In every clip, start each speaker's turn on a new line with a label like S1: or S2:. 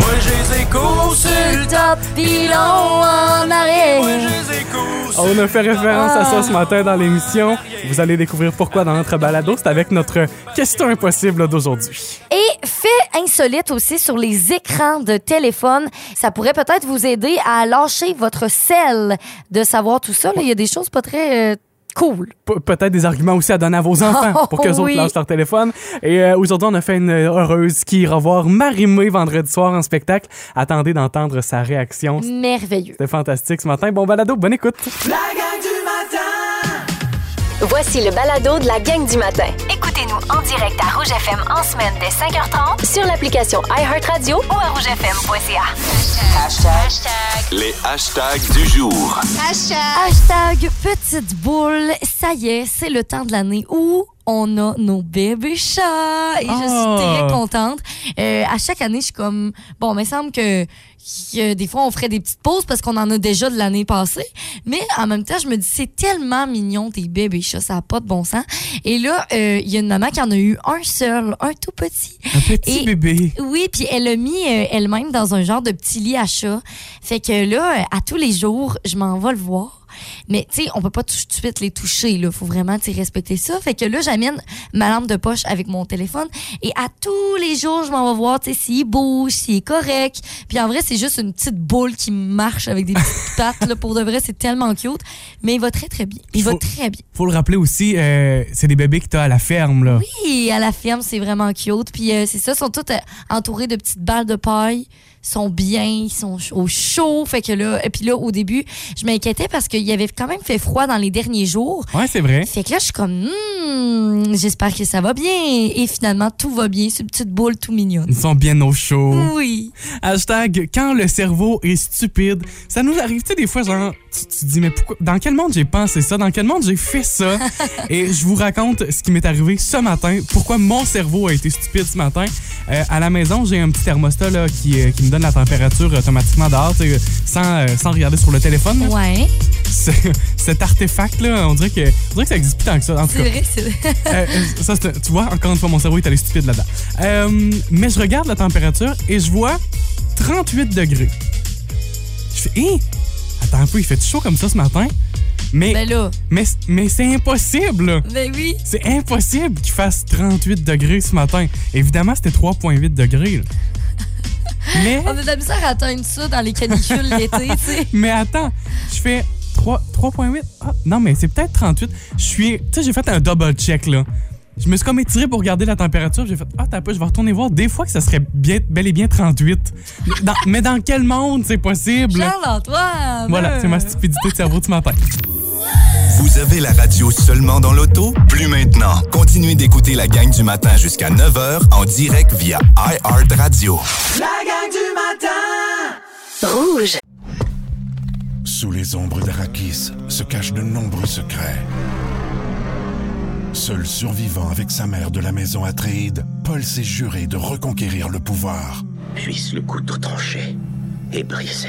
S1: Moi j'ai
S2: Sur le top, puis long en arrière.
S3: On a fait référence à
S2: Ah.
S3: ça ce matin dans l'émission. Vous allez découvrir pourquoi dans notre balado. C'est avec notre question impossible d'aujourd'hui.
S2: Et fait insolite aussi sur les écrans de téléphone. Ça pourrait peut-être vous aider à lâcher votre sel de savoir tout ça. là. Il y a des choses pas très euh, cool.
S3: Pe- Peut-être des arguments aussi à donner à vos enfants
S2: Oh,
S3: pour qu'eux autres
S2: oui.
S3: lâchent leur téléphone. Et euh, aujourd'hui, on a fait une heureuse qui ira voir Marimé vendredi soir en spectacle. Attendez d'entendre sa réaction.
S2: Merveilleux.
S3: C'était fantastique ce matin. Bon balado, bonne écoute.
S1: La gang du matin
S4: Voici le balado de la gang du matin
S5: Écoutez-nous en direct à Rouge FM en semaine dès 5h30
S4: sur l'application iHeartRadio.
S5: ou à rougefm.ca.
S6: Les hashtags du jour.
S2: Hashtag petite boule. Ça y est, c'est le temps de l'année où on a nos bébés chats. Et je
S3: Ah.
S2: suis très contente. Euh, à chaque année, je suis comme, bon, mais il me semble que, que des fois, on ferait des petites pauses parce qu'on en a déjà de l'année passée. Mais en même temps, je me dis, c'est tellement mignon, tes bébés chats. Ça n'a pas de bon sens. Et là, euh, il y a une maman qui en a eu un seul, un tout petit.
S3: Un petit
S2: Et-
S3: bébé.
S2: Oui, puis elle l'a mis euh, elle-même dans un genre de petit lit à chat. Fait que là, euh, à tous les jours, je m'en vais le voir. Mais tu sais, on peut pas tout de suite les toucher. Il faut vraiment tu sais, respecter ça. Fait que là, j'amène ma lampe de poche avec mon téléphone. Et à tous les jours, je m'en vais voir tu sais, s'il bouge, s'il est correct. Puis en vrai, c'est juste une petite boule qui marche avec des petites pattes. Là, pour de vrai, c'est tellement cute. Mais il va très, très bien. Il va
S3: Faut-
S2: très bien.
S3: Faut le rappeler aussi, euh, c'est des bébés que t'as à la ferme, là.
S2: Et à la ferme, c'est vraiment cute. Puis euh, c'est ça, ils sont tous euh, entourés de petites balles de paille. Ils sont bien, ils sont ch- au chaud. Fait que là, et puis là, au début, je m'inquiétais parce qu'il y avait quand même fait froid dans les derniers jours.
S3: Ouais, c'est vrai.
S2: Fait que là, je suis comme, Hmm, j'espère que ça va bien. Et finalement, tout va bien. C'est une petite boule tout mignonne.
S3: Ils sont bien au chaud.
S2: Oui.
S3: Hashtag quand le cerveau est stupide. Ça nous arrive, tu sais, des fois, genre, tu, tu te dis, mais pourquoi, dans quel monde j'ai pensé ça? Dans quel monde j'ai fait ça? Et je vous raconte ce qui m'est arrivé ce matin, pourquoi mon cerveau a été stupide ce matin. Euh, à la maison, j'ai un petit thermostat là, qui, euh, qui me donne la température automatiquement dehors, tu sais, sans, euh, sans regarder sur le téléphone. là.
S2: Ouais.
S3: Ce- cet artefact-là, on dirait que, on dirait que ça existe plus tant que ça. En tout
S2: C'est
S3: cas,
S2: vrai, c'est vrai.
S3: euh, euh, ça, c'est- tu vois, encore une fois, mon cerveau est allé stupide là-dedans. Euh, mais je regarde la température et je vois 38 degrés. Je fais, hé, attends un peu, il fait chaud comme ça ce matin? Mais,
S2: Ben là,
S3: mais, mais c'est impossible!
S2: ben oui.
S3: C'est impossible qu'il fasse 38 degrés ce matin. Évidemment, c'était 3,8 degrés. là. Mais,
S2: On a de la misère à atteindre ça dans les canicules d'été, tu sais.
S3: mais attends, je fais 3 3,8. Ah, non, mais c'est peut-être 38. Je suis. Tu sais, j'ai fait un double check, là. Je me suis comme étiré pour garder la température. J'ai fait, ah, t'as pas, je vais retourner voir des fois que ça serait bien, bel et bien 38. Mais dans, mais dans quel monde c'est possible?
S2: Charles-Antoine!
S3: Voilà, c'est ma stupidité de cerveau du matin.
S6: Vous avez la radio seulement dans l'auto? Plus maintenant. Continuez d'écouter la gang du matin jusqu'à 9h en direct via iHeartRadio.
S1: La gang du matin
S4: Rouge.
S7: Sous les ombres d'Arakis se cachent de nombreux secrets. Seul survivant avec sa mère de la maison Atréide, Paul s'est juré de reconquérir le pouvoir.
S8: Puisse le couteau tranché et brisé.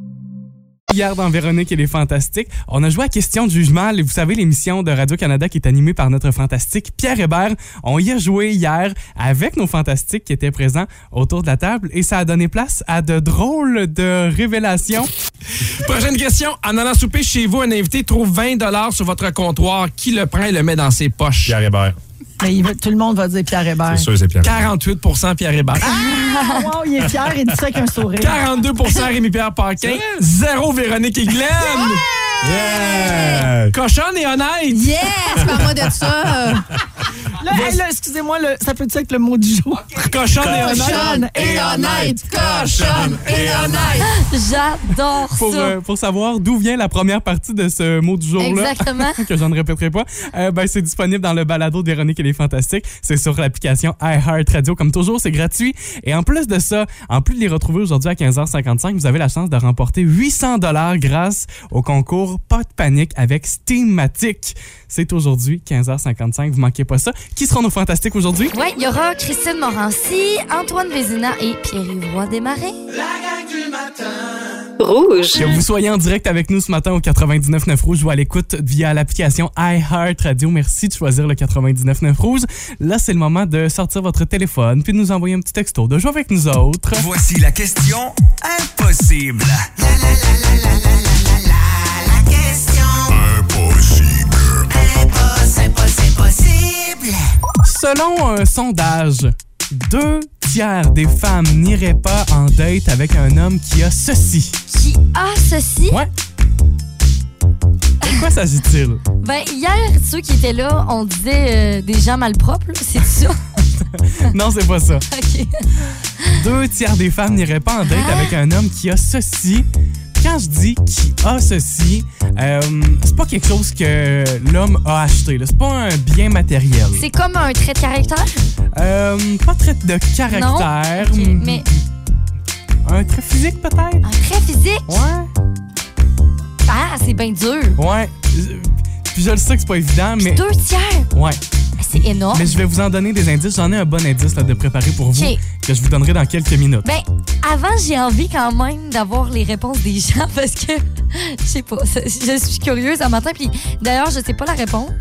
S3: Hier dans Véronique et les Fantastiques, on a joué à Question de jugement. Vous savez, l'émission de Radio-Canada qui est animée par notre fantastique Pierre Hébert. On y a joué hier avec nos fantastiques qui étaient présents autour de la table et ça a donné place à de drôles de révélations.
S9: Prochaine question. En allant souper chez vous, un invité trouve 20 sur votre comptoir. Qui le prend et le met dans ses poches?
S10: Pierre Hébert.
S11: Mais il veut- tout le monde va dire Pierre Hébert.
S10: C'est sûr, c'est Pierre.
S9: 48 Pierre Hébert.
S11: Ah, wow, il est fier et dit ça avec un sourire.
S9: 42 Rémi-Pierre Paquin. Zéro Véronique et Glenn.
S10: Yeah!
S9: Cochonne et honnête.
S11: Yes, parle-moi de ça. Là, hey, là, excusez-moi, le- ça peut-tu être le mot du jour?
S9: Cochonne et honnête.
S11: Cochonne et honnête. Cochonne et honnête.
S2: J'adore ça.
S3: Pour, euh, pour savoir d'où vient la première partie de ce mot du jour-là,
S2: Exactement.
S3: que je ne répéterai pas, euh, ben, c'est disponible dans le balado de Véronique et les Fantastiques. C'est sur l'application iHeartRadio. Comme toujours, c'est gratuit. Et en plus de ça, en plus de les retrouver aujourd'hui à 15h55, vous avez la chance de remporter 800 dollars grâce au concours Pas de panique avec Steamatic. C'est aujourd'hui, 15h55. Vous manquez pas ça. Qui seront nos Fantastiques aujourd'hui?
S2: Ouais, il y aura Christine Morancy, Antoine Vézina et Pierre-Yves Roy Desmarais.
S4: Rouge.
S3: Que vous soyez en direct avec nous ce matin au 99.9 Rouge ou à l'écoute via l'application iHeartRadio. Merci de choisir le 99.9 Rouge. Là, c'est le moment de sortir votre téléphone puis de nous envoyer un petit texto de jouer avec nous autres.
S6: Voici la question impossible.
S3: Selon un sondage, deux tiers des femmes n'iraient pas en date avec un homme qui a ceci.
S2: Qui a ceci?
S3: Ouais. De quoi s'agit-il?
S2: Ben, hier, ceux qui étaient là, on disait euh, des gens malpropres, là, c'est ça?
S3: non, c'est pas ça.
S2: OK.
S3: Deux tiers des femmes n'iraient pas en date avec un homme qui a ceci. Quand je dis qui a ceci, euh, c'est pas quelque chose que l'homme a acheté. là. C'est pas un bien matériel.
S2: C'est comme un trait de caractère?
S3: Euh, pas trait de caractère.
S2: Non? OK, mais
S3: Un trait physique peut-être?
S2: un trait physique?
S3: Ouais.
S2: Ah, c'est bien dur.
S3: Ouais. Euh, Puis je le sais que c'est pas évident, mais.
S2: Deux tiers? Ben,
S3: Ouais.
S2: C'est énorme.
S3: Mais je vais vous en donner des indices. J'en ai un bon indice là, de préparer pour vous
S2: OK.
S3: que je vous donnerai dans quelques minutes.
S2: Ben, avant, j'ai envie quand même d'avoir les réponses des gens parce que, je sais pas, ça- je suis curieuse un matin. Puis d'ailleurs, je sais pas la réponse.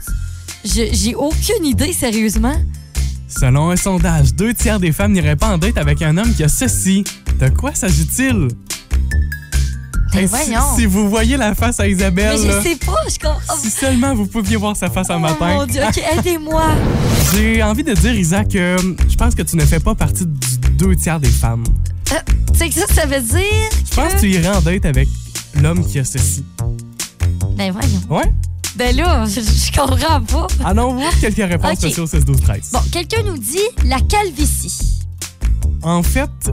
S2: Je- J'ai aucune idée, sérieusement.
S3: Selon un sondage, deux tiers des femmes n'iraient pas en date avec un homme qui a ceci. De quoi s'agit-il?
S2: Ben,
S3: Hey, si-
S2: voyons.
S3: Si, vous voyez la face à
S2: Mais
S3: Isabelle, là,
S2: je sais pas, je comprends.
S3: si seulement vous pouviez voir sa face un
S2: Oh
S3: matin.
S2: mon Dieu, OK, aidez-moi.
S3: J'ai envie de dire, Isaac, que euh, je pense que tu ne fais pas partie du deux tiers des femmes.
S2: Tu sais que ça, ça veut dire
S3: Je pense que tu irais en date avec l'homme qui a ceci.
S2: Ben voyons.
S3: Ouais?
S2: Ben là, je, je comprends pas.
S3: Allons voir quelques réponses
S2: Ok.
S3: sur 16 12 13
S2: Bon, quelqu'un nous dit la calvitie.
S3: En fait,
S2: Euh.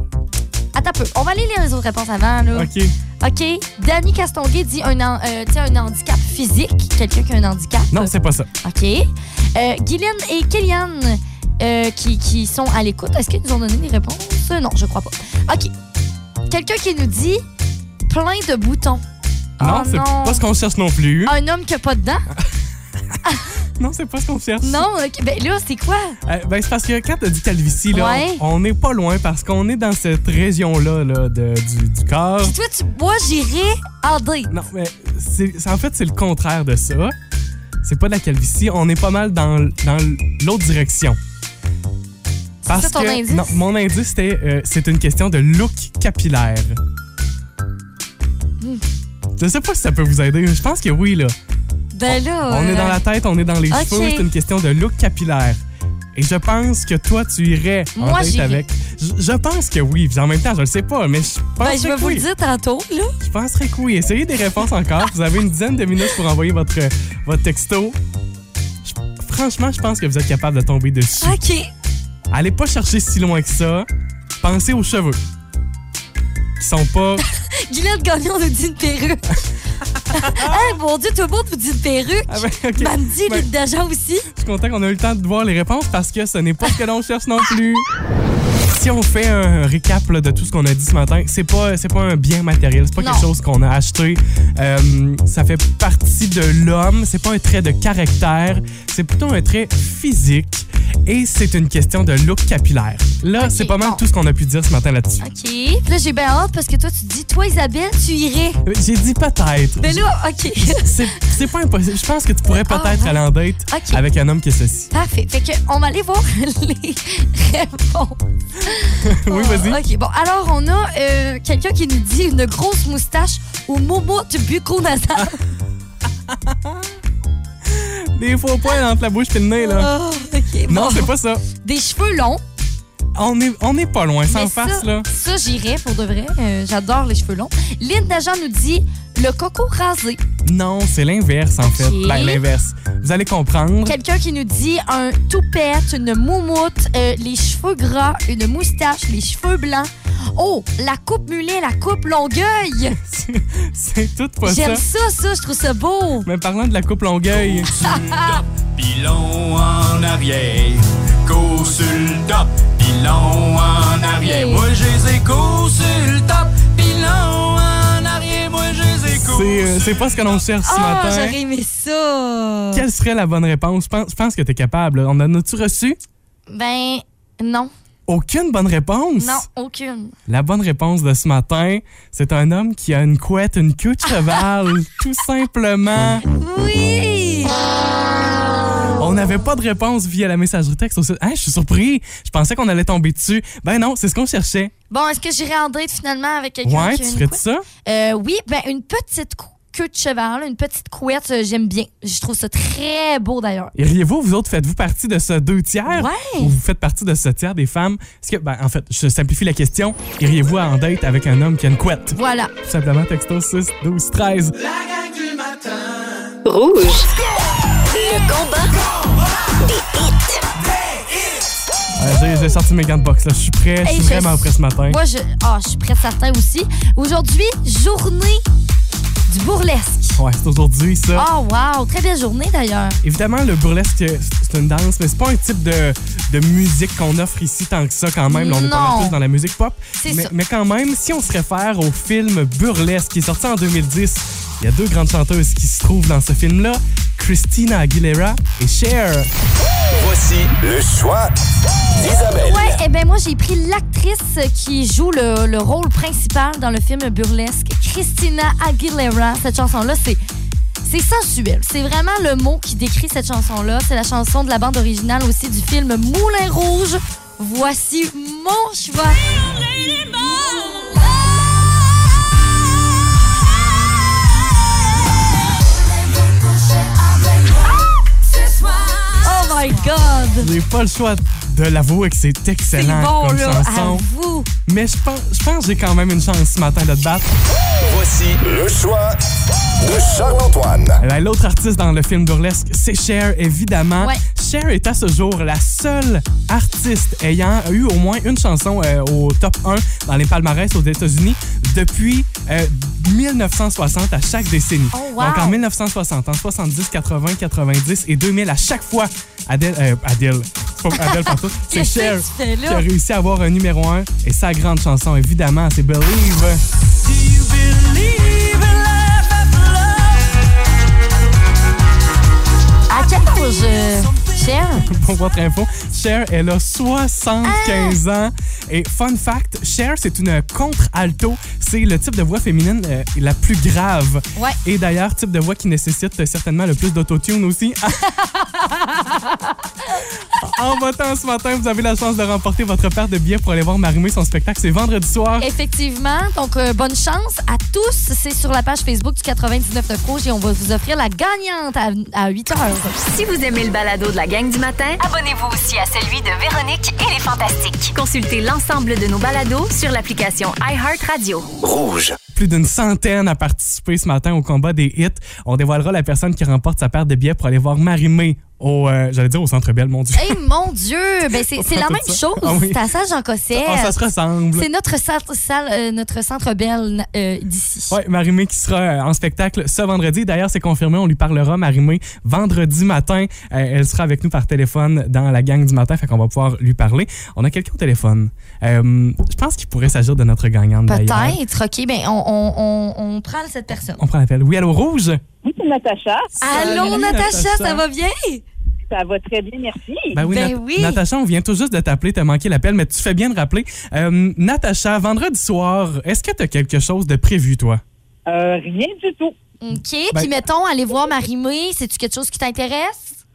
S2: Attends un peu, on va aller lire les autres réponses avant, là.
S3: OK.
S2: OK, Danny Castonguay dit un, han- euh, tu sais, un handicap physique, quelqu'un qui a un handicap.
S3: Non, c'est pas ça.
S2: OK. Euh, Guylaine et Kellyanne euh, qui, qui sont à l'écoute, est-ce qu'ils nous ont donné des réponses? Euh, Non, je crois pas. OK. Quelqu'un qui nous dit plein de boutons.
S3: Ah non,
S2: oh,
S3: c'est
S2: non. Ah.
S3: pas ce qu'on cherche non plus.
S2: Un homme qui a pas de dents?
S3: Non, c'est pas ce qu'on cherche.
S2: Non, ok. ben là, c'est quoi?
S3: Euh, ben, c'est parce que quand t'as dit calvitie, là,
S2: Ouais.
S3: on on n'est pas loin parce qu'on est dans cette région-là là, de- du, du corps.
S2: Puis toi, tu moi, j'irais en date.
S3: Non, mais c'est- c'est- en fait, c'est le contraire de ça. C'est pas de la calvitie, on est pas mal dans, l- dans l- l'autre direction.
S2: ça ton indice?
S3: non, mon indice, c'était euh, c'est une question de look capillaire.
S2: Hmm.
S3: Je sais pas si ça peut vous aider. Je pense que oui, là.
S2: Ben là.
S3: On est dans
S2: euh,
S3: la tête, on est dans les
S2: ok.
S3: cheveux, c'est une question de look capillaire. Et je pense que toi, tu irais en
S2: Moi,
S3: date
S2: j'irais.
S3: avec. Je, je pense que oui. puis En même temps, je le sais pas, mais je penserais
S2: Ben, je vais
S3: que
S2: vous
S3: oui.
S2: le dire tantôt, là.
S3: Je penserais que oui. Essayez des réponses encore. Vous avez une dizaine de minutes pour envoyer votre, votre texto. Je- franchement, je pense que vous êtes capable de tomber dessus.
S2: OK.
S3: Allez pas chercher si loin que ça. Pensez aux cheveux. Qui sont pas.
S2: Guylaine Gagnon nous dit une perruque. hey, mon Dieu, tout le monde vous dit une perruque.
S3: Ah ben, ok.
S2: Mandy,
S3: Ben,
S2: l'île d'agent aussi.
S3: Je suis content qu'on a eu le temps de voir les réponses parce que ce n'est pas ce que l'on cherche non plus. Si on fait un récap là, de tout ce qu'on a dit ce matin, c'est pas c'est pas un bien matériel, c'est pas
S2: Non.
S3: quelque chose qu'on a acheté. Euh, ça fait partie de l'homme, c'est pas un trait de caractère, c'est plutôt un trait physique et c'est une question de look capillaire. Là,
S2: Ok,
S3: c'est pas mal
S2: bon.
S3: tout ce qu'on a pu dire ce matin là-dessus.
S2: OK. Puis là, j'ai bien hâte parce que toi, tu dis, toi, Isabelle, tu irais.
S3: Euh, J'ai dit peut-être.
S2: Ben là, OK.
S3: C'est c'est pas impossible. Je pense que tu pourrais
S2: Ah,
S3: peut-être
S2: ouais.
S3: aller en date
S2: Ok.
S3: avec un homme qui est ceci.
S2: Parfait. Fait que, on va aller voir les réponses.
S3: oui, vas-y.
S2: OK. Bon, alors, on a euh, quelqu'un qui nous dit une grosse moustache ou momo du bucco
S3: Ah,
S2: nasal.
S3: Des faux points entre la bouche et le nez, là.
S2: Oh, OK.
S3: Non,
S2: bon.
S3: c'est pas ça.
S2: Des cheveux longs.
S3: On est, on est pas loin, sans
S2: Mais
S3: farce,
S2: ça,
S3: là.
S2: Ça, j'irais pour de vrai. Euh, J'adore les cheveux longs. Lynn Dajan nous dit le coco rasé.
S3: Non, c'est l'inverse, en fait.
S2: Ok.
S3: Ben, l'inverse. Vous allez comprendre.
S2: Quelqu'un qui nous dit un toupette, une moumoute, euh, les cheveux gras, une moustache, les cheveux blancs. Oh, la coupe mulet, la coupe longueuil.
S3: C'est tout pas ça.
S2: J'aime ça, ça, je trouve ça beau.
S3: Mais parlant de la coupe Longueuil.
S10: Pilon en arrière, go sur le top, pilon en arrière. Moi je les ai go sur le top, pilon en arrière. Moi je les ai go.
S3: C'est euh, c'est pas ce que l'on cherche ce
S2: Ah,
S3: matin.
S2: j'aurais aimé ça.
S3: Quelle serait la bonne réponse? Je pense, je pense que t'es capable. là. On en a-tu reçu?
S2: Ben, non.
S3: Aucune bonne réponse?
S2: Non, aucune.
S3: La bonne réponse de ce matin, c'est un homme qui a une couette, une queue de cheval, tout simplement.
S2: Oui!
S3: On n'avait pas de réponse via la messagerie texte. au site. Ah, je suis surpris. Je pensais qu'on allait tomber dessus. Ben non, c'est ce qu'on cherchait.
S2: Bon, est-ce que j'irai en date finalement avec quelqu'un
S3: Ouais,
S2: qui
S3: tu
S2: a une
S3: ferais
S2: couette?
S3: ça?
S2: Euh, oui, ben une petite cou- queue de cheval, une petite couette, euh, j'aime bien. Je trouve ça très beau d'ailleurs.
S3: Et riez-vous, vous autres, faites-vous partie de ce deux tiers?
S2: Ouais.
S3: Ou vous faites partie de ce tiers des femmes? Est-ce que, ben, en fait, je simplifie la question. Iriez-vous en date avec un homme qui a une couette?
S2: Voilà.
S3: Tout simplement, texto 6, 12, 13.
S1: La gang du matin.
S4: Rouge. Le combat.
S3: Euh, j'ai- J'ai sorti mes gants de boxe, là. Je suis prêt. Je
S2: Hey,
S3: suis
S2: je-
S3: vraiment prêt ce matin.
S2: Moi, je, ah, je suis prête certain aussi. Aujourd'hui, journée du burlesque.
S3: Ouais, c'est aujourd'hui, ça.
S2: Oh, wow! Très belle journée d'ailleurs.
S3: Évidemment, le burlesque, c'est une danse, mais c'est pas un type de, de musique qu'on offre ici tant que ça quand même. Là, on est pas mal
S2: Non.
S3: plus dans la musique pop.
S2: C'est
S3: Mais,
S2: ça.
S3: mais quand même, si on se réfère au film Burlesque qui est sorti en 2010, il y a deux grandes chanteuses qui se trouvent dans ce film-là, Christina Aguilera et Cher.
S2: Ah.
S6: Voici le choix d'Isabelle.
S2: Ouais, eh ben moi j'ai pris l'actrice qui joue le, le rôle principal dans le film burlesque, Christina Aguilera. Cette chanson-là, c'est c'est sensuel. C'est vraiment le mot qui décrit cette chanson-là. C'est la chanson de la bande originale aussi du film Moulin Rouge. Voici mon choix. Oh my God!
S3: J'ai pas le choix de l'avouer que c'est
S2: C'est
S3: excellent
S2: bon,
S3: comme
S2: là, Ah.
S3: chanson.
S2: à vous.
S3: Mais je pense, je pense que j'ai quand même une chance ce matin de te battre.
S6: Voici le choix de Charles-Antoine.
S3: Eh ben, L'autre artiste dans le film burlesque, c'est Cher, évidemment.
S6: Ouais.
S3: Cher est à ce jour la seule artiste ayant eu au moins une chanson euh, au top 1 dans les palmarès aux États-Unis depuis euh, 1960 à chaque décennie.
S11: Oh, wow.
S3: Donc en 1960, en 70, 80, 90 et 2000, à chaque fois, Adèle. euh, Adèle. C'est pas Adèle partout. C'est
S11: Qu'est-ce que
S3: Cher
S11: tu fais
S3: qui
S11: là?
S3: a réussi à avoir un numéro 1 et sa grande chanson, évidemment, c'est Believe.
S2: À quel âge, euh, Cher?
S3: Pour votre info, Cher, elle a 75 ans. Et fun fact, Cher, c'est une contre-alto. C'est le type de voix féminine euh, la plus grave.
S2: Ouais.
S3: Et d'ailleurs, type de voix qui nécessite certainement le plus d'autotune aussi. en votant ce matin, vous avez la chance de remporter votre paire de billets pour aller voir Marimé son spectacle. C'est vendredi soir.
S2: Effectivement. Donc, euh, bonne chance à tous. C'est sur la page Facebook du 99 Rouge et on va vous offrir la gagnante à, 8 heures.
S5: Si vous aimez le balado de la gang du matin, abonnez-vous aussi à celui de Véronique et les Fantastiques. Consultez l'ensemble de nos balados sur l'application iHeartRadio.
S6: Rouge.
S3: Plus d'une centaine à participer ce matin au combat des hits. On dévoilera la personne qui remporte sa paire de billets pour aller voir Marimé au, euh, j'allais dire au Centre Belle, mon Dieu.
S2: Eh mon Dieu! Ben, c'est c'est la
S3: Tout
S2: même
S3: ça.
S2: chose.
S3: Ah oui.
S2: C'est à ça, Jean Cossette.
S3: Ah, ça se ressemble.
S2: C'est notre centre, salle, euh, notre centre belle euh, d'ici.
S3: Oui, Marimé qui sera euh, en spectacle ce vendredi. D'ailleurs, c'est confirmé, on lui parlera, Marimé, vendredi matin. Euh, elle sera avec nous par téléphone dans la gang du matin, fait qu'on va pouvoir lui parler. On a quelqu'un au téléphone. Euh, je pense qu'il pourrait s'agir de notre gagnante, d'ailleurs.
S2: Peut-être. OK, ben, on, on- on- on prend cette personne.
S3: On prend l'appel. Oui, allô, Rouge?
S12: Oui, c'est Natacha.
S2: Allô,
S3: Salut,
S2: Natacha,
S3: Natacha.
S2: ça va bien?
S12: Ça va très bien, merci.
S3: Ben oui, Nat- Natacha, on vient tout juste de t'appeler, t'as manqué l'appel, mais tu fais bien de rappeler. Euh, Natacha, vendredi soir, est-ce que t'as quelque chose de prévu, toi?
S12: rien du tout.
S2: OK,
S3: Ben-
S2: puis mettons, aller voir Marimé, c'est-tu quelque chose qui t'intéresse?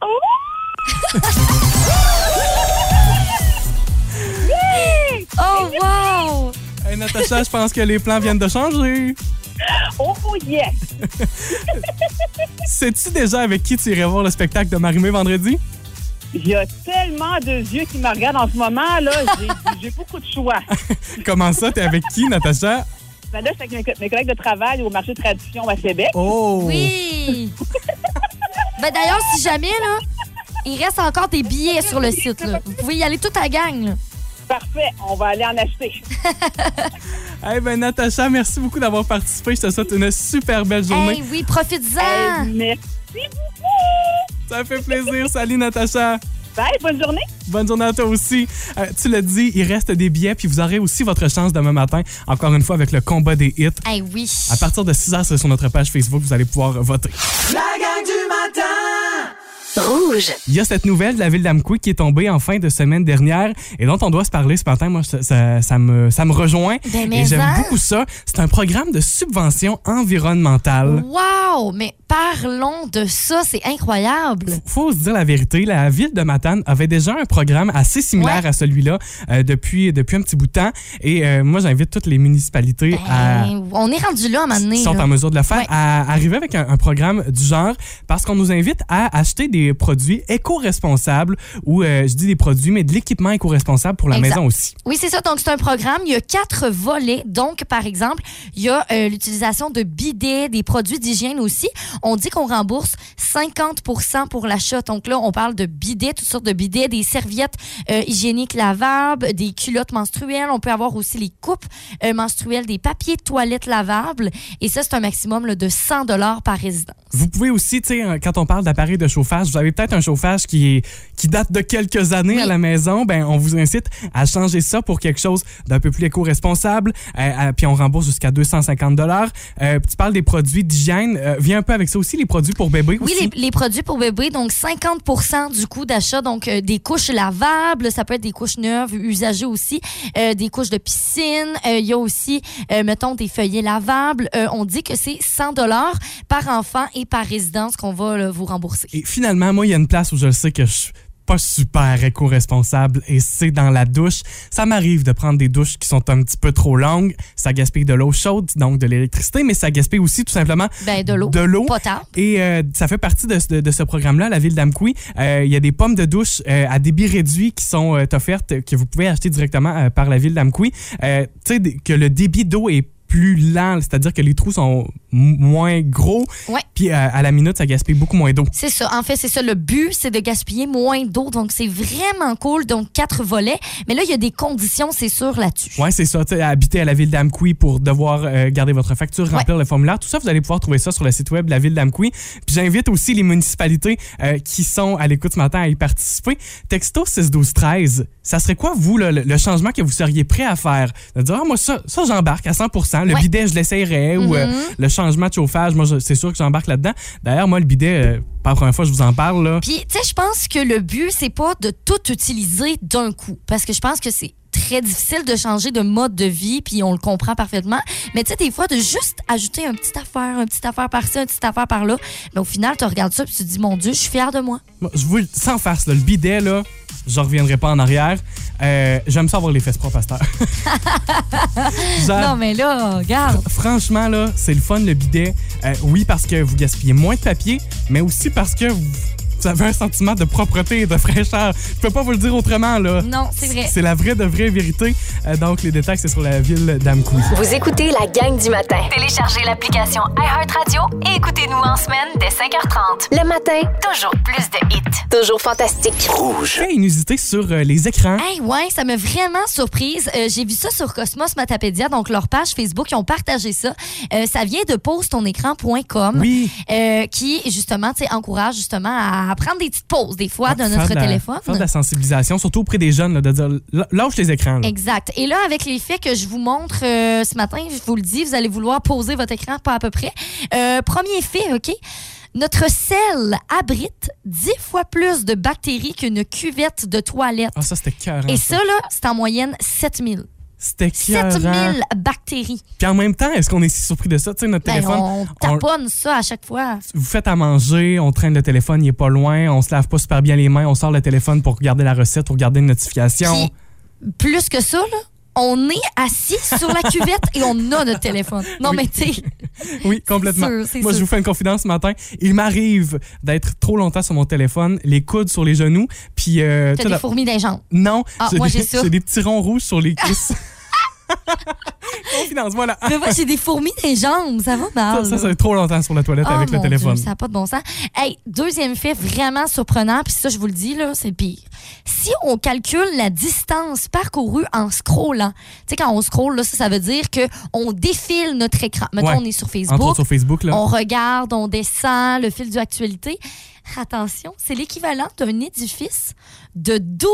S2: Oh, wow!
S3: Hey, Natacha, je pense que les plans viennent de changer.
S12: Oh, yes!
S3: Sais-tu déjà avec qui tu irais voir le spectacle de Marimé vendredi?
S12: Il y a tellement de yeux qui me regardent en ce moment, là. J'ai- J'ai beaucoup de choix. Ben
S3: Comment ça, t'es avec qui, Natacha?
S12: là, je suis avec mes- mes collègues de travail au marché de tradition à Québec.
S3: Oh!
S2: Oui! ben d'ailleurs, si jamais, là, il reste encore des billets sur le site. Là. Vous pouvez y aller toute la gang. Là.
S12: Parfait, on va aller en acheter.
S3: Eh ben Natacha, merci beaucoup d'avoir participé. Je te souhaite une super belle journée.
S2: Hey, oui, profites-en!
S3: Ça fait plaisir. Salut Natacha.
S12: Bye, bonne journée.
S3: Bonne journée à toi aussi. Euh, tu l'as dit, il reste des billets, puis vous aurez aussi votre chance demain matin, encore une fois avec le combat des hits.
S2: Eh oui.
S3: À partir de 6 h, c'est sur notre page Facebook, vous allez pouvoir voter.
S1: La gang du matin.
S3: Rouge. Il y a cette nouvelle de la ville d'Amqui qui est tombée en fin de semaine dernière et dont on doit se parler ce matin. Moi, ça, ça- ça me, ça me rejoint.
S2: Ben, mais
S3: et j'aime
S2: en.
S3: beaucoup ça. C'est un programme de subvention environnementale.
S2: Wow! Mais parlons de ça, c'est incroyable!
S3: faut se dire la vérité, la ville de Matane avait déjà un programme assez similaire à celui-là euh, depuis, depuis un petit bout de temps. Et euh, moi, j'invite toutes les municipalités à,
S2: Ben, on est rendu là à un moment donné.
S3: qui sont
S2: là.
S3: en mesure de le faire, à arriver avec un, un programme du genre, parce qu'on nous invite à acheter des produits éco-responsables, ou euh, je dis des produits, mais de l'équipement éco-responsable pour la
S2: Exact.
S3: maison aussi.
S2: Oui, c'est ça. Donc, c'est un programme. Il y a quatre volets. Donc, par exemple, il y a euh, l'utilisation de bidets, des produits d'hygiène aussi. On dit qu'on rembourse 50 pour l'achat. Donc là, on parle de bidets, toutes sortes de bidets, des serviettes euh, hygiéniques lavables, des culottes menstruelles. On peut avoir aussi les coupes euh, menstruelles, des papiers de toilette lavables. Et ça, c'est un maximum là, de 100 par résident.
S3: Vous pouvez aussi, tu sais, euh, quand on parle d'appareils de chauffage, vous avez peut-être un chauffage qui, est, qui date de quelques années à la maison. Ben, on vous incite à changer ça pour quelque chose d'un peu plus éco-responsable. euh, euh, puis on rembourse jusqu'à 250 dollars. Euh, Tu parles des produits d'hygiène. euh, viens un peu avec ça aussi, les produits pour bébé
S2: Oui,
S3: aussi.
S2: les, les produits pour bébé, donc 50 du coût d'achat, donc euh, des couches lavables, ça peut être des couches neuves, usagées aussi, euh, des couches de piscine, euh, il y a aussi, euh, mettons, des feuillets lavables. Euh, on dit que c'est 100 par enfant et par résidence qu'on va là, vous rembourser.
S3: Et finalement, moi, il y a une place où je sais que je suis pas super éco-responsable et c'est dans la douche. Ça m'arrive de prendre des douches qui sont un petit peu trop longues. Ça gaspille de l'eau chaude, donc de l'électricité, mais ça gaspille aussi tout simplement
S2: Ben, de l'eau.
S3: de l'eau.
S2: Potable.
S3: Et euh, ça fait partie de, ce- de ce programme-là, la ville d'Amqui. Euh, Il y a des pommes de douche euh, à débit réduit qui sont euh, offertes, euh, que vous pouvez acheter directement euh, par la ville d'Amqui. Euh, tu sais, des- que le débit d'eau est plus lent, c'est-à-dire que les trous sont m- moins gros.
S2: Ouais.
S3: Puis euh, à la minute, ça gaspille beaucoup moins d'eau.
S2: C'est ça. En fait, c'est ça. Le but, c'est de gaspiller moins d'eau. Donc, c'est vraiment cool. Donc, quatre volets. Mais là, il y a des conditions, c'est sûr, là-dessus.
S3: Oui, c'est ça. tu sais, Habiter à la ville d'Amqui pour devoir euh, garder votre facture, remplir le formulaire. Tout ça, vous allez pouvoir trouver ça sur le site web de la ville d'Amqui. Puis j'invite aussi les municipalités euh, qui sont à l'écoute ce matin à y participer. Texto 6 12 13 ça serait quoi, vous, le, le changement que vous seriez prêt à faire? De dire, ah, moi, ça, ça j'embarque à 100 Le
S9: Ouais.
S3: bidet, je l'essayerais. Ou euh,
S9: Mhm.
S3: le changement de chauffage, moi, je- c'est sûr que j'embarque là-dedans. D'ailleurs, moi, le bidet, euh, pas la première fois, que je vous en parle. Là.
S2: Puis, tu sais, je pense que le but, c'est pas de tout utiliser d'un coup. Parce que je pense que c'est très difficile de changer de mode de vie, puis on le comprend parfaitement. Mais tu sais, des fois, de juste ajouter un petit affaire, un petit affaire par-ci, un petit affaire par-là. Mais au final, tu regardes ça, puis tu te dis, mon Dieu, je suis fière de moi.
S3: Moi, je vous le- sans farce, là, le bidet, là, je reviendrai pas en arrière. Euh, J'aime ça avoir les fesses propres à cette heure. J'ad-
S2: Non, mais là, regarde.
S3: Franchement, là, c'est le fun, le bidet. Euh, oui, parce que vous gaspillez moins de papier, mais aussi parce que vous, vous avez un sentiment de propreté et de fraîcheur. Je peux pas vous le dire autrement, là.
S2: Non, c'est vrai.
S3: C'est la vraie de vraie vérité. Euh, donc, les détails, c'est sur la ville d'Amkoui.
S5: Vous écoutez la gang du matin. Téléchargez l'application iHeartRadio et écoutez-nous en semaine dès 5h30. Le matin, toujours plus de hits. Toujours fantastique.
S3: Fait inusité sur euh, les écrans.
S2: Hey, ouais, ça m'a vraiment surprise. Euh, J'ai vu ça sur Cosmos Matapédia, donc leur page Facebook, ils ont partagé ça. Euh, ça vient de posetonécran.com,
S3: Oui.
S2: euh, qui justement, tu sais, encourage justement à prendre des petites pauses des fois de
S3: Faire
S2: notre
S3: de la-
S2: téléphone.
S3: Faire de la sensibilisation, surtout auprès des jeunes, là, de dire l- lâche les écrans. là.
S2: Exact. Et là, avec les faits que je vous montre euh, ce matin, je vous le dis, vous allez vouloir poser votre écran, pas à peu près. Euh, premier fait, OK? Notre selle abrite 10 fois plus de bactéries qu'une cuvette de toilette.
S3: Ah, ça, c'était cœur.
S2: Et ça, là, c'est en moyenne 7000.
S3: C'était écœurant.
S2: 7000 bactéries.
S3: Puis en même temps, est-ce qu'on est si surpris de ça? Tu sais, notre
S2: Ben,
S3: téléphone.
S2: on
S3: on-
S2: taponne ça à chaque fois.
S3: vous faites à manger, on traîne le téléphone, il est pas loin, on se lave pas super bien les mains, on sort le téléphone pour regarder la recette, pour regarder une notification.
S2: Plus que ça, là, on est assis sur la cuvette et on a notre téléphone. Non, mais tu sais,
S3: oui, complètement.
S2: sûr, c'est
S3: Moi, je
S2: sûr.
S3: vous fais une confidence ce matin. Il m'arrive d'être trop longtemps sur mon téléphone, les coudes sur les genoux, puis. euh, tu
S2: t'as
S3: sais,
S2: des
S3: la-
S2: fourmis dans les jambes.
S3: Non,
S2: Ah,
S3: j'ai
S2: moi,
S3: des-
S2: j'ai ça.
S3: j'ai des petits ronds rouges sur les cuisses. Confidence, voilà.
S2: Mais moi, j'ai des fourmis des jambes, ça va mal.
S3: Ça, ça, c'est trop longtemps sur la toilette
S2: Oh,
S3: avec le
S2: mon
S3: téléphone.
S2: Dieu, ça n'a pas de bon sens. Hey, deuxième fait vraiment surprenant, puis ça, je vous le dis, là, c'est pire. Si on calcule la distance parcourue en scrollant, tu sais, quand on scroll, là, ça, ça veut dire qu'on défile notre écran. Mettons,
S3: Ouais.
S2: on est sur
S3: Entre
S2: Facebook.
S3: autres sur Facebook, là.
S2: On regarde, on descend, le fil d'actualité. Attention, c'est l'équivalent d'un édifice de 12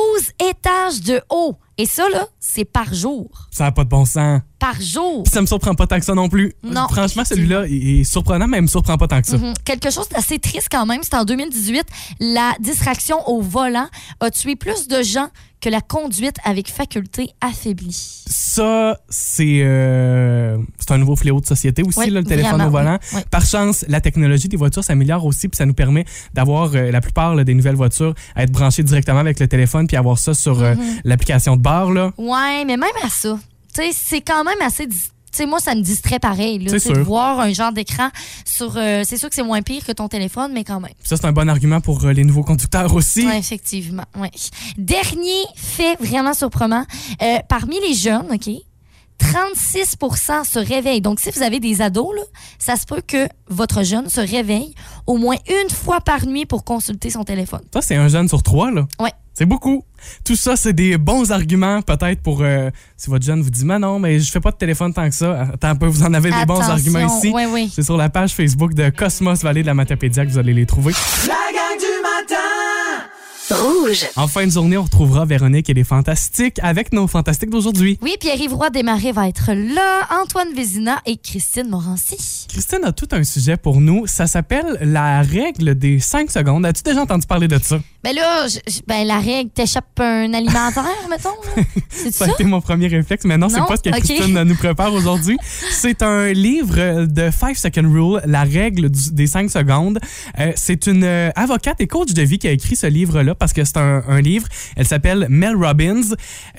S2: étages de haut. Et ça, là, c'est par jour.
S3: Ça n'a pas de bon sens.
S2: Par jour.
S3: Puis ça me surprend pas tant que ça non plus.
S2: Non,
S3: Franchement, celui-là, il est surprenant, mais il me surprend pas tant que ça.
S2: Mhm. Quelque chose d'assez triste quand même, c'est en 2018, la distraction au volant a tué plus de gens que la conduite avec faculté affaiblie.
S3: Ça, c'est euh, c'est un nouveau fléau de société aussi,
S2: Oui,
S3: là, le téléphone
S2: vraiment,
S3: au volant.
S2: oui, oui.
S3: Par chance, la technologie des voitures s'améliore aussi, puis ça nous permet d'avoir euh, la plupart là, des nouvelles voitures à être branchées directement avec le téléphone, puis avoir ça sur euh,
S2: Mhm.
S3: l'application de barre. là.
S2: Ouais, mais même à ça, tu sais, c'est quand même assez... dis- Tu sais, moi, ça me distrait pareil. Là,
S3: C'est
S2: tu sais, de
S3: sûr.
S2: voir un genre d'écran sur... euh, c'est sûr que c'est moins pire que ton téléphone, mais quand même.
S3: Puis ça, c'est un bon argument pour euh, les nouveaux conducteurs aussi.
S2: Ouais, effectivement. ouais. Dernier fait vraiment surprenant. Euh, parmi les jeunes, OK, 36 se réveillent. Donc, si vous avez des ados, là, ça se peut que votre jeune se réveille au moins une fois par nuit pour consulter son téléphone.
S3: Ça, c'est un jeune sur trois, là.
S2: Ouais.
S3: C'est beaucoup. Tout ça, c'est des bons arguments, peut-être, pour. euh, si votre jeune vous dit, mais non, mais je fais pas de téléphone tant que ça. Attends un peu, vous en avez des bons
S1: Attention,
S3: arguments ici.
S1: ouais, oui.
S3: C'est sur la page Facebook de Cosmos Vallée de la Matapédia que vous allez les trouver.
S1: La gang du matin.
S4: Rouge.
S3: En fin de journée, on retrouvera Véronique et les Fantastiques avec nos Fantastiques d'aujourd'hui.
S2: Oui, Pierre-Yves Roy Desmarais va être là, Antoine Vézina et Christine Morancy.
S3: Christine a tout un sujet pour nous. Ça s'appelle la règle des 5 secondes. As-tu déjà entendu parler de ça?
S2: Ben là, je- je- ben la règle t'échappe un alimentaire, mettons. là. C'est
S3: Ça
S2: ça?
S3: a été mon premier réflexe, mais non, c'est
S2: Non?
S3: pas ce que
S2: Ok.
S3: Christine nous prépare aujourd'hui. C'est un livre de 5 Second Rule, la règle du- des 5 secondes. Euh, c'est une euh, avocate et coach de vie qui a écrit ce livre-là parce que c'est un, un livre. Elle s'appelle Mel Robbins.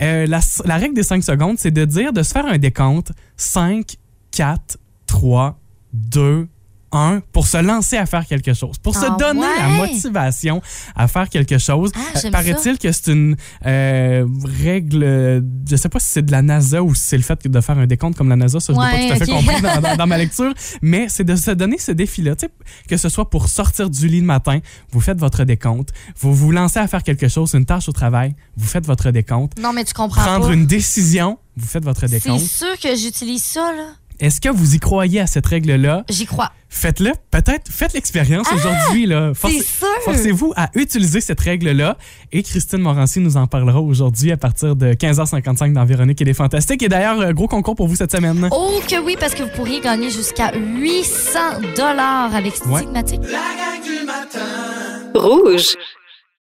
S3: Euh, la, s- la règle des 5 secondes, c'est de dire, de se faire un décompte 5, 4, 3, 2, 1 pour se lancer à faire quelque chose, pour
S9: Ah
S3: se donner la
S9: ouais?
S3: motivation à faire quelque chose. Euh,
S9: Ah, j'aime
S3: Paraît-il que c'est une euh, règle, euh, je sais pas si c'est de la NASA ou si c'est le fait de faire un décompte comme la NASA, ça je n'ai
S9: Ouais,
S3: pas tout à fait
S9: ok.
S3: compris dans, dans- dans ma lecture, mais c'est de se donner ce défi-là, Tu sais, que ce soit pour sortir du lit le matin, vous faites votre décompte, vous vous lancez à faire quelque chose, une tâche au travail, vous faites votre décompte,
S2: Non, mais tu comprends
S3: prendre
S2: pas.
S3: une décision, vous faites votre
S2: C'est
S3: décompte.
S2: sûr que j'utilise ça, là.
S3: Est-ce que vous y croyez à cette règle-là?
S2: J'y crois.
S3: Faites-le, peut-être, faites l'expérience
S9: Ah!
S3: aujourd'hui. là. Forcez-
S2: c'est sûr.
S3: Forcez-vous à utiliser cette règle-là. Et Christine Morancy nous en parlera aujourd'hui à partir de 15h55 dans Véronique et les Fantastiques. Et d'ailleurs, euh, gros concours pour vous cette semaine.
S2: Oh que oui, parce que vous pourriez gagner jusqu'à 800 dollars avec
S3: Ouais.
S2: Stigmatique.
S1: La gang du matin.
S4: Rouge.